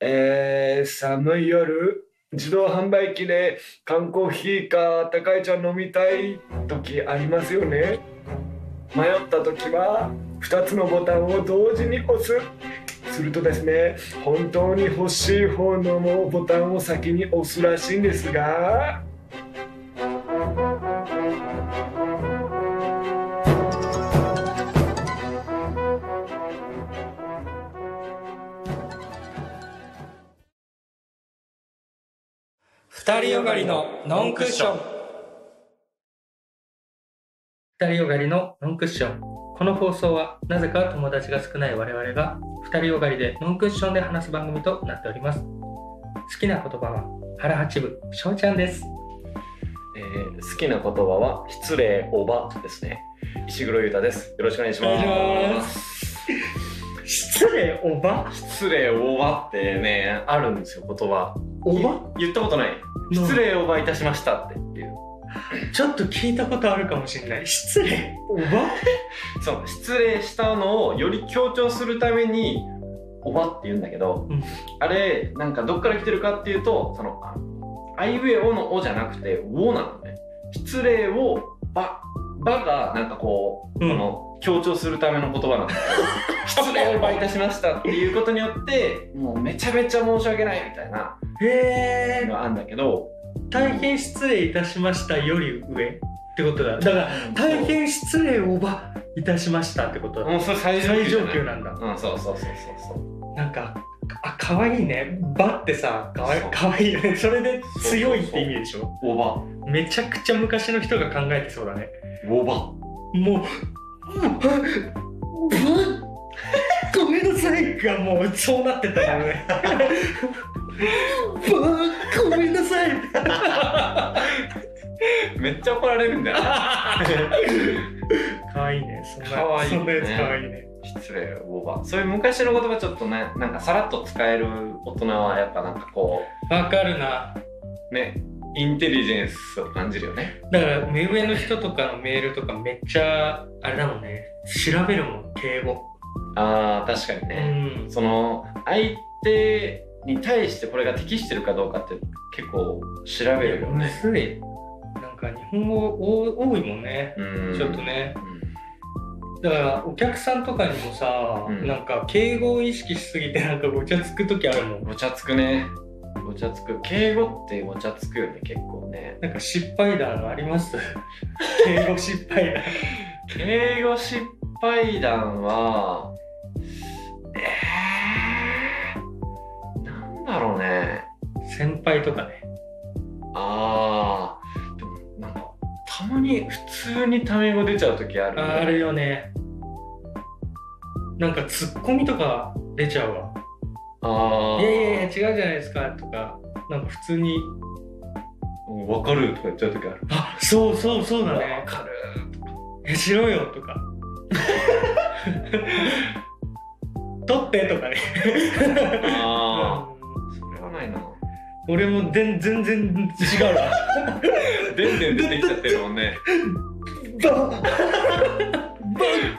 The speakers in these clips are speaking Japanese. えー、寒い夜自動販売機で缶コーヒーか温かい茶飲みたい時ありますよね迷った時は2つのボタンを同時に押すするとですね本当に欲しい方のボタンを先に押すらしいんですが二人よがりのノンクッション。二人よがりのノンクッションこの放送はなぜか友達が少ない我々が二人よがりでノンクッションで話す番組となっております好きな言葉は原八部翔ちゃんですえー好きな言葉は失礼おばですね。石黒裕太です。よろしくお願いします。失礼おば失礼おばってねあるんですよ言葉。おばい言ったことない。失礼おばいたしましたっていう。ちょっと聞いたことあるかもしれない失礼おばその失礼したのをより強調するためにおばって言うんだけど、うんあれなんかどっから来てるかっていうとそのああいうえおのおじゃなくておなのね。失礼をばばがなんかこううんこの強調するための言葉なんだ 失礼をいたしましたっていうことによってもうめちゃめちゃ申し訳ないみたいなのへえがあるんだけど大変失礼いたしましたより上ってことだだから大変失礼おばいたしましたってことだもうそれ最上級最じゃ上ない級なんだうんそうそうそうそうそうなんかあ可愛いねバってさ可愛いそう可愛い よねそれで強いって意味でしょおばめちゃくちゃ昔の人が考えてそうだねおばもう うんうんごめんなさいがもうそうなってたよね うんごめんなさい めっちゃ怒られるんだよ可愛いねそんな可愛いねそんなやつ可愛いね失礼おばそういう昔の言葉ちょっとねなんかさらっと使える大人はやっぱなんかこわかるなうねインテリジェンスを感じるよねだから目上の人とかのメールとかめっちゃあれだもんね調べるもん敬語あー確かにうね、んその相手に対してこれが適してるかどうかって結構調べるよむね。ずいなんか日本語多多いもんねうんちょっとねうんだからお客さんとかにもさ、うんなんか敬語を意識しすぎてなんかごちゃつく時あるもんごちゃつくね。ごちゃつく。敬語ってごちゃつくよね、結構ね。なんか失敗談あります 敬語失敗談敬語失敗談は、えー、なんだろうね。先輩とかねあー、でもなんか、たまに普通にタメ語出ちゃう時ある、あるよねなんかツッコミとか出ちゃうわあー「いやいやいや違うじゃないですか」とかなんか普通にうんわかるとか言っちゃう時ある。 「あそうそうそうだねわかる。えしろよ」とか 「取って」とかねあうんあ、それはないな。俺も全全然違う わでんでん 出てきちゃってるもんね。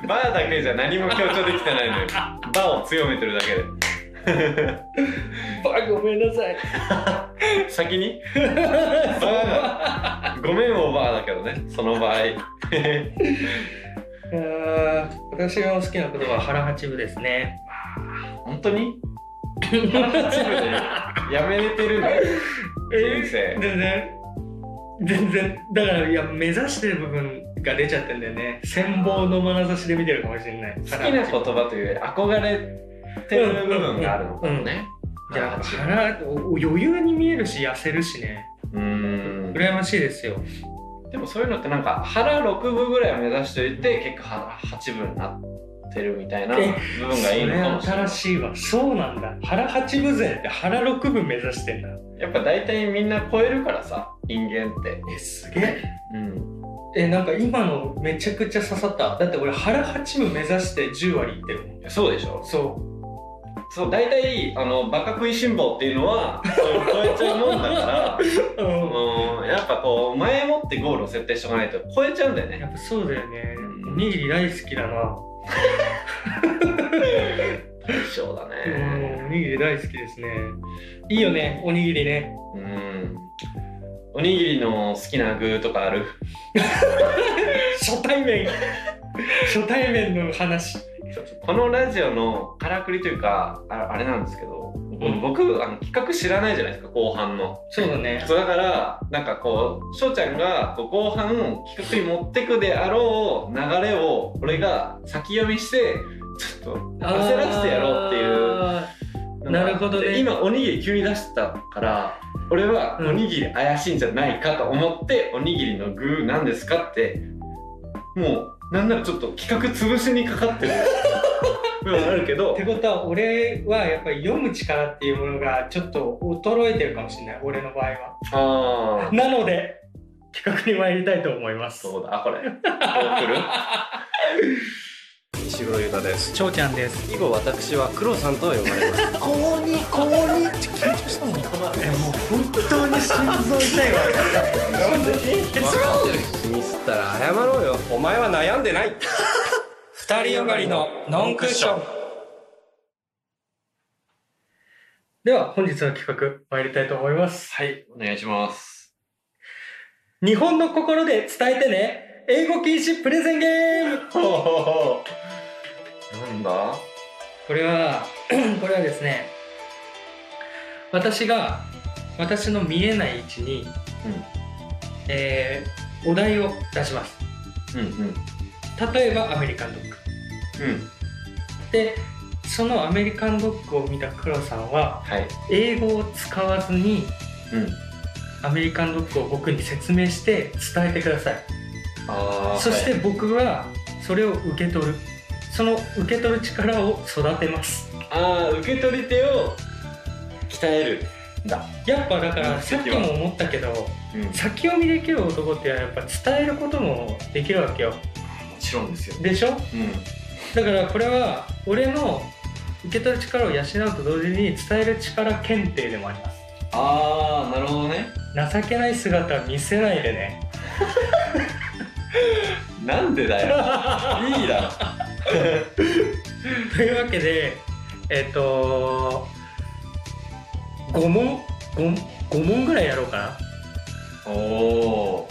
バーだけじゃ何も強調できてないのよ。バーを強めてるだけバごめんなさいで。先にバーごめんオーバーだけどね、その場合。 私が好きな言葉は腹八分ですね本当にやめれてるの人生全然全然だからいや目指してる部分が出ちゃってんだよね羨望の眼差しで見てるかもしれない好好きな言葉というより憧れてる部分があるのかもね。じゃあ腹お余裕に見えるし痩せるしねうーん羨ましいですよでもそういうのってなんか腹6分ぐらいを目指しておいて結構腹8分になってるみたいな部え分がいいのかもしそれれな新いしいわそうなんだ腹八分前って腹六分目指してんだやっぱ大体みんな超えるからさ人間ってえすげえうんえなんか今のめちゃくちゃ刺さっただって俺腹八分目指して10割いってるもんそうでしょそそう大体あのバカ食いしん坊っていうのはそう超えちゃうもんだから う、そのやっぱこう前もってゴールを設定しておかないと超えちゃうんだよやねっぱそうだよねうんおにぎり大好きだな象だねうんおにぎり大好きですねいいよねおにぎりねうんおにぎりの好きな具とかある初対 面初対面の話このラジオのからくりというかああれなんですけど、ん僕あの企画知らないじゃないですか後半のそうだねそうだからなんかこう翔ちゃんがこう後半企画に持ってくであろう流れを俺が先読みしてちょっと焦らせてやろうっていうーなるほどねで今おにぎり急に出したから俺はうんおにぎり怪しいんじゃないかと思って、おにぎりの具なんですかってもうなんならちょっと企画潰しにかかって る部分あるけどってことは俺はやっぱり読む力っていうものがちょっと衰えてるかもしれない俺の場合はああなので企画に参りたいと思いますそうだ これどう来る石黒優太です翔ちゃんです以後私は黒さんとは呼ばれます高二高二って緊張したもんねもう本当に心臓痛 いわミスったら謝ろうよお前は悩んでない二人よがりのノンクッションでは本日の企画参りたいと思いますはいお願いします日本の心で伝えてね英語禁止プレゼンゲー ムほうほうほうなんだこれは これはですね私が私の見えない位置に、えーお題を出しますうんうん例えばアメリカンドッグうんでそのアメリカンドッグを見た黒さんははい英語を使わずにうんアメリカンドッグを僕に説明して伝えてくださいああそしてはい僕はそれを受け取るその受け取る力を育てますああ受け取り手を鍛えるんだやっぱだかうらんさっきも思ったけどうんも先読みできる男ってやっぱ伝えることもできるわけよちろんですよでしょうんだからこれは俺の受け取る力を養うと同時に伝える力検定でもありますああなるほどね情けない姿は見せないでねなんでだよ いいだというわけでえっ、と5問 5, 5問ぐらいやろうかなおお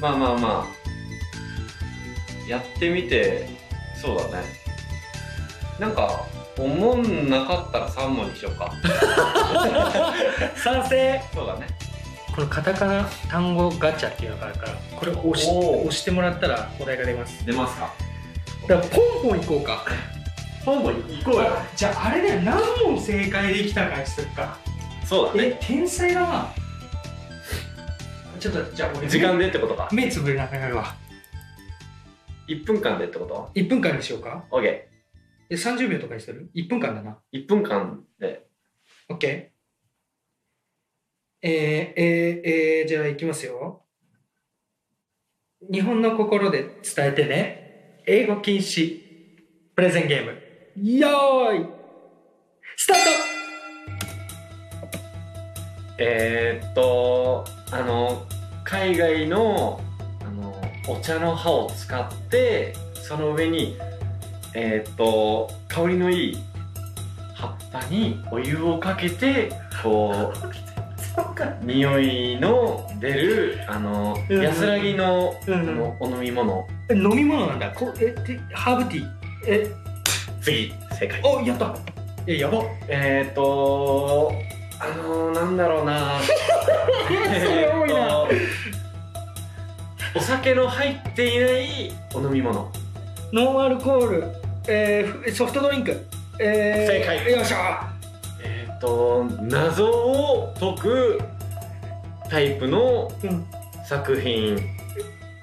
まあまあまあやってみてそうだねなんか思んなかったら3問にしようか賛成そうだねこのカタカナ単語ガチャっていうのがあるからこれを押しおー押してもらったらお題が出ます出ますかだからポンポンいこうか3問行こうよじゃああれだよ何問正解できたかにするかそうだねえ天才だなちょっとじゃあ俺時間でってことか目つぶれなくなるわ1分間でってこと1分間にしようか ?OK1 え30秒とかにする1分間だな分間で OK えー、えー、えー、じゃあいきますよ日本の心で伝えてね英語禁止プレゼンゲームよーいスターえー、っとあの海外のあのお茶の葉を使ってその上にえー、っと香りのいい葉っぱにお湯をかけてこ う匂いの出るあのうん安らぎの,、うんあのお飲み物トえ飲み物なんだこえてハーブティーえ次正解おやったえやばえー、っとあのなんだろう なれ多いえなーっとお酒の入っていないお飲み物ノンアルコール、えーふソフトドリンク、えー正解よいしょえー、っと謎を解くタイプのうん作品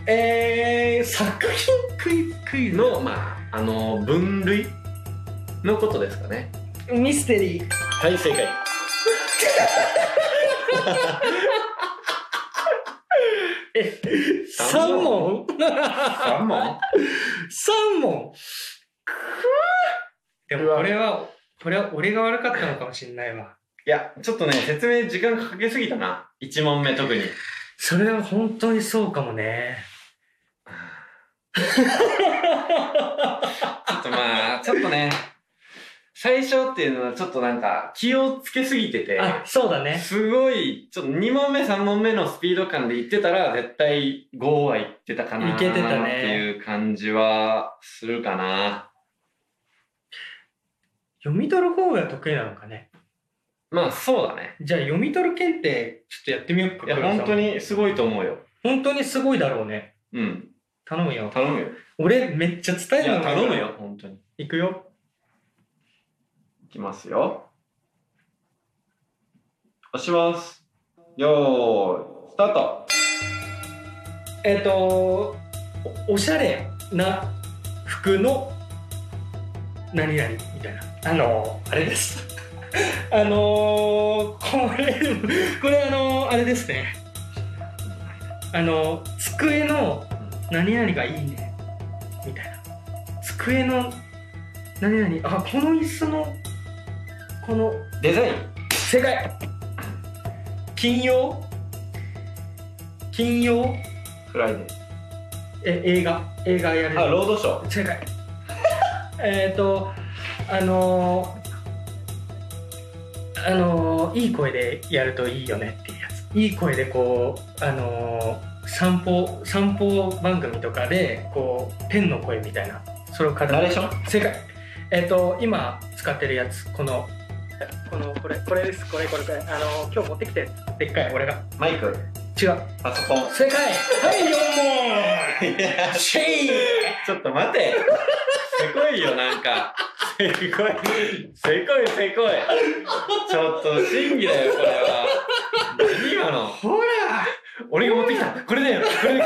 えー、作品クイクイズの、まあ、あの分類のことですかねミステリーはい正 解三問3問三問くーでもこれはこれは俺が悪かったのかもしれないわいやちょっとね説明時間かけすぎたな1問目特にそれは本当にそうかもねちょっとまあ、ちょっとね、最初っていうのはちょっとなんか気をつけすぎてて、あ、そうだね。すごい、ちょっと2問目3問目のスピード感で行ってたら、絶対5はいってたかなーいっけててたねいう感じはするかな。読み取る方が得意なのかね。まあそうだね。じゃあ読み取る検定、ちょっとやってみようか。いや、黒田さん本当。にすごいと思うよ。本当にすごいだろうね。うん。頼むよ。頼むよ。俺、めっちゃ伝えいるや、の頼むよ。。本当に。いくよ。いきますよ。押します。よーい、スタート。えっ、とお、おしゃれな服の何々みたいな。あのあれです。 あのこれ、これあのあれですね。あの机の何々がいいね。みたいな。机の何々、あ、この椅子の、この、デザイン。正解金曜金曜フライデー。え映画映画やるあ、ロードショー。正解えっとあのーあのーいい声でやるといいよねっていうやついい声でこうあのー散歩散歩番組とかでこうペンの声みたいなそれを語るナレーション正解えっ、と今使ってるやつこのこのこれこれですこれこれこれあのー今日持ってきてでっかい俺がマイク。違うパソコン。正解はい4問シェイ ちょっと待て。せこいよ、なんか。せこい。せこい、せこい。ちょっと、審議だよ、これは。何今の。ほら俺が持ってきた。これだよ。これ、こ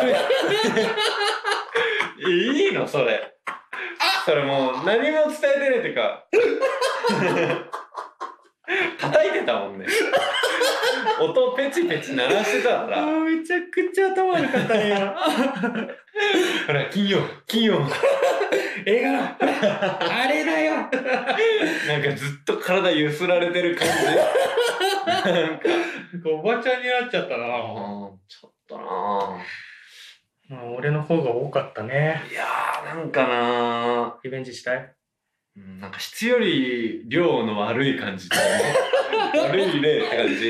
れ。いいの、それ。それもう、何も伝えてないっていうか。叩いてたもんね。音ペチペチ鳴らしてたから。めちゃくちゃ頭悪かったね。ほら、金曜、金曜。映画の、あれだよ。なんかずっと体揺すられてる感じ。なんか。おばちゃんになっちゃったちな。ょっとなまあ、俺の方が多かったね。ぁ。いやー、なんかなぁ。リベンジしたい。うんなんか質より量の悪い感じだね。悪い例って感じ。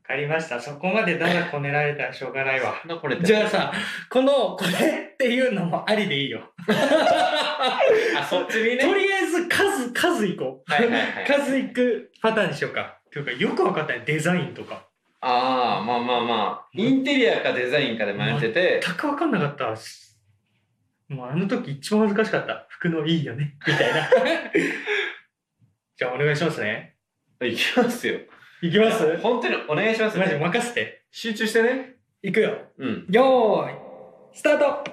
わかりました。そこまでだだこねられたらしょうがないわ。な、これじゃあさ、この、これっていうのもありでいいよ。あ、そっちにとね。りあえず数、数いこう。はいはいはい数いくパターンにしようか。というか、よくわかったね。デザインとか。ああ、まあまあまあ。インテリアかデザインかで迷ってて。全く分かんなかったしもうあの時一番難しかった服のいいよねみたいなじゃあお願いしますねいきますよ。いきます本当にお願いしますマジね。任せて集中してね。いくようん。よーいスタート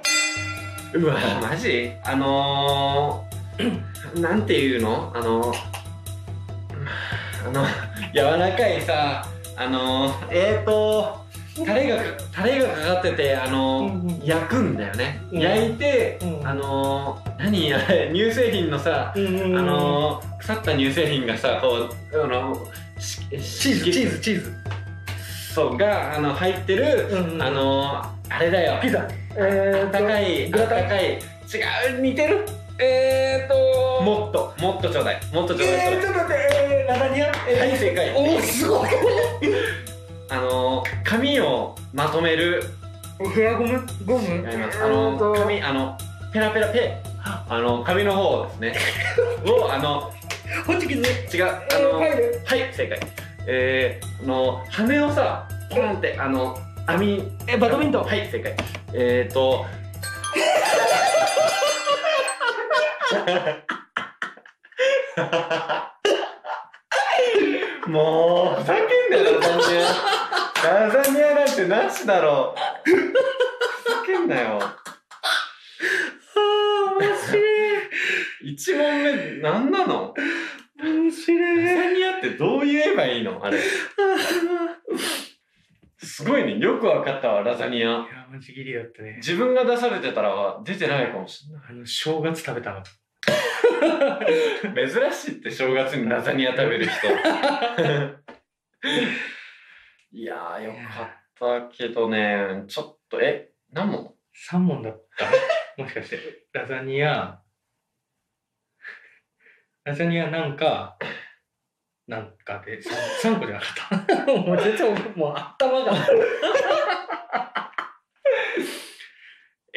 うわマジあのー、 なんていうのあのー、あの柔らかいさあのー、えーとタレがタレがかかっててあのーうんうん焼くんだよね、うん焼いて、うんあのー、何あれ乳製品のさああのー、腐った乳製品がさこうあのチチーズチーズチーズ、そうがあの入ってる、うんうんあのー、あれだよピザえー、えー高い、グラタン高い。違う、似てる。えーともっと、もっとちょうだい。もっとちょうだい。えー、ちょっと待って、えー、ラザニア、えはい、正解。ー、おおすごいあのー、髪をまとめる。ヘアゴムゴム違いますあのー、髪、あの、ペラペラペ。あの、髪の方です ね。を、あの、ホチキス違う、あえー、のファイルはい、正解。えー、あの、羽をさ、ポンって、あの、網。え、バドミントン。はい、正解。えーと、もう、ふざけんなよ、ラザニア。ラザニアなんてなしだろう。ふざけんなよ。あー面白い一問目、なんなの面白いラザニアってどう言えばいいのあれ。すごいね。よくわかったわ、ラザニア。いやマジギリだったね自分が出されてたら出てないかもしあの正月食べたのれない。珍しいって正月にラザニア食べる人。いやー、よかったけどね。ちょっと、え、何問3問だったもしかしてラザニアラザニアなんか、なんかで3個で上がった。もう全然もう頭が。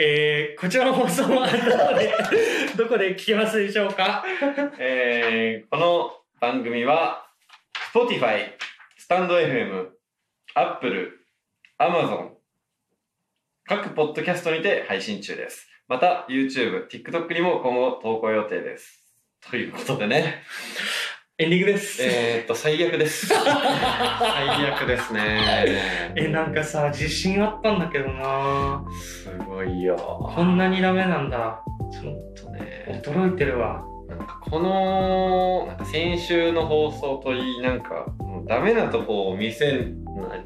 えー、こちらの放送はどこで、どこで聞きますでしょうかえーこの番組は Spotify、スタンド FM、Apple、Amazon 各ポッドキャストにて配信中です。また YouTube、TikTok にも今後投稿予定です。ということでね、エンディングです。えーっと最悪です。最悪ですね。え、なんかさ、自信あったんだけどなすごいよ。こんなにダメなんだ。ちょっとね。驚いてるわ。なんかこのなんか先週の放送といいなんかもうダメなとこを見せな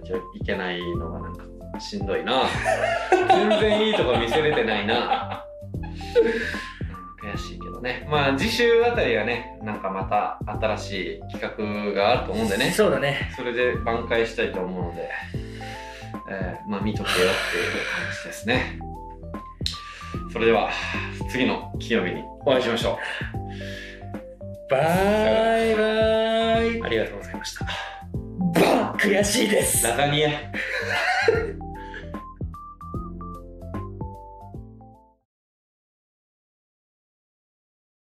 きゃいけないのがなんかしんどいな全然いいとこ見せれてないな悔しいけどねまあ次週あたりはねなんかまた新しい企画があると思うんでねそうだね。それで挽回したいと思うので、えーまあ見とけよっていう感じですねそれでは次の金曜日にお会いしましょうバイバイ。ありがとうございました。悔しいです。ラザニア。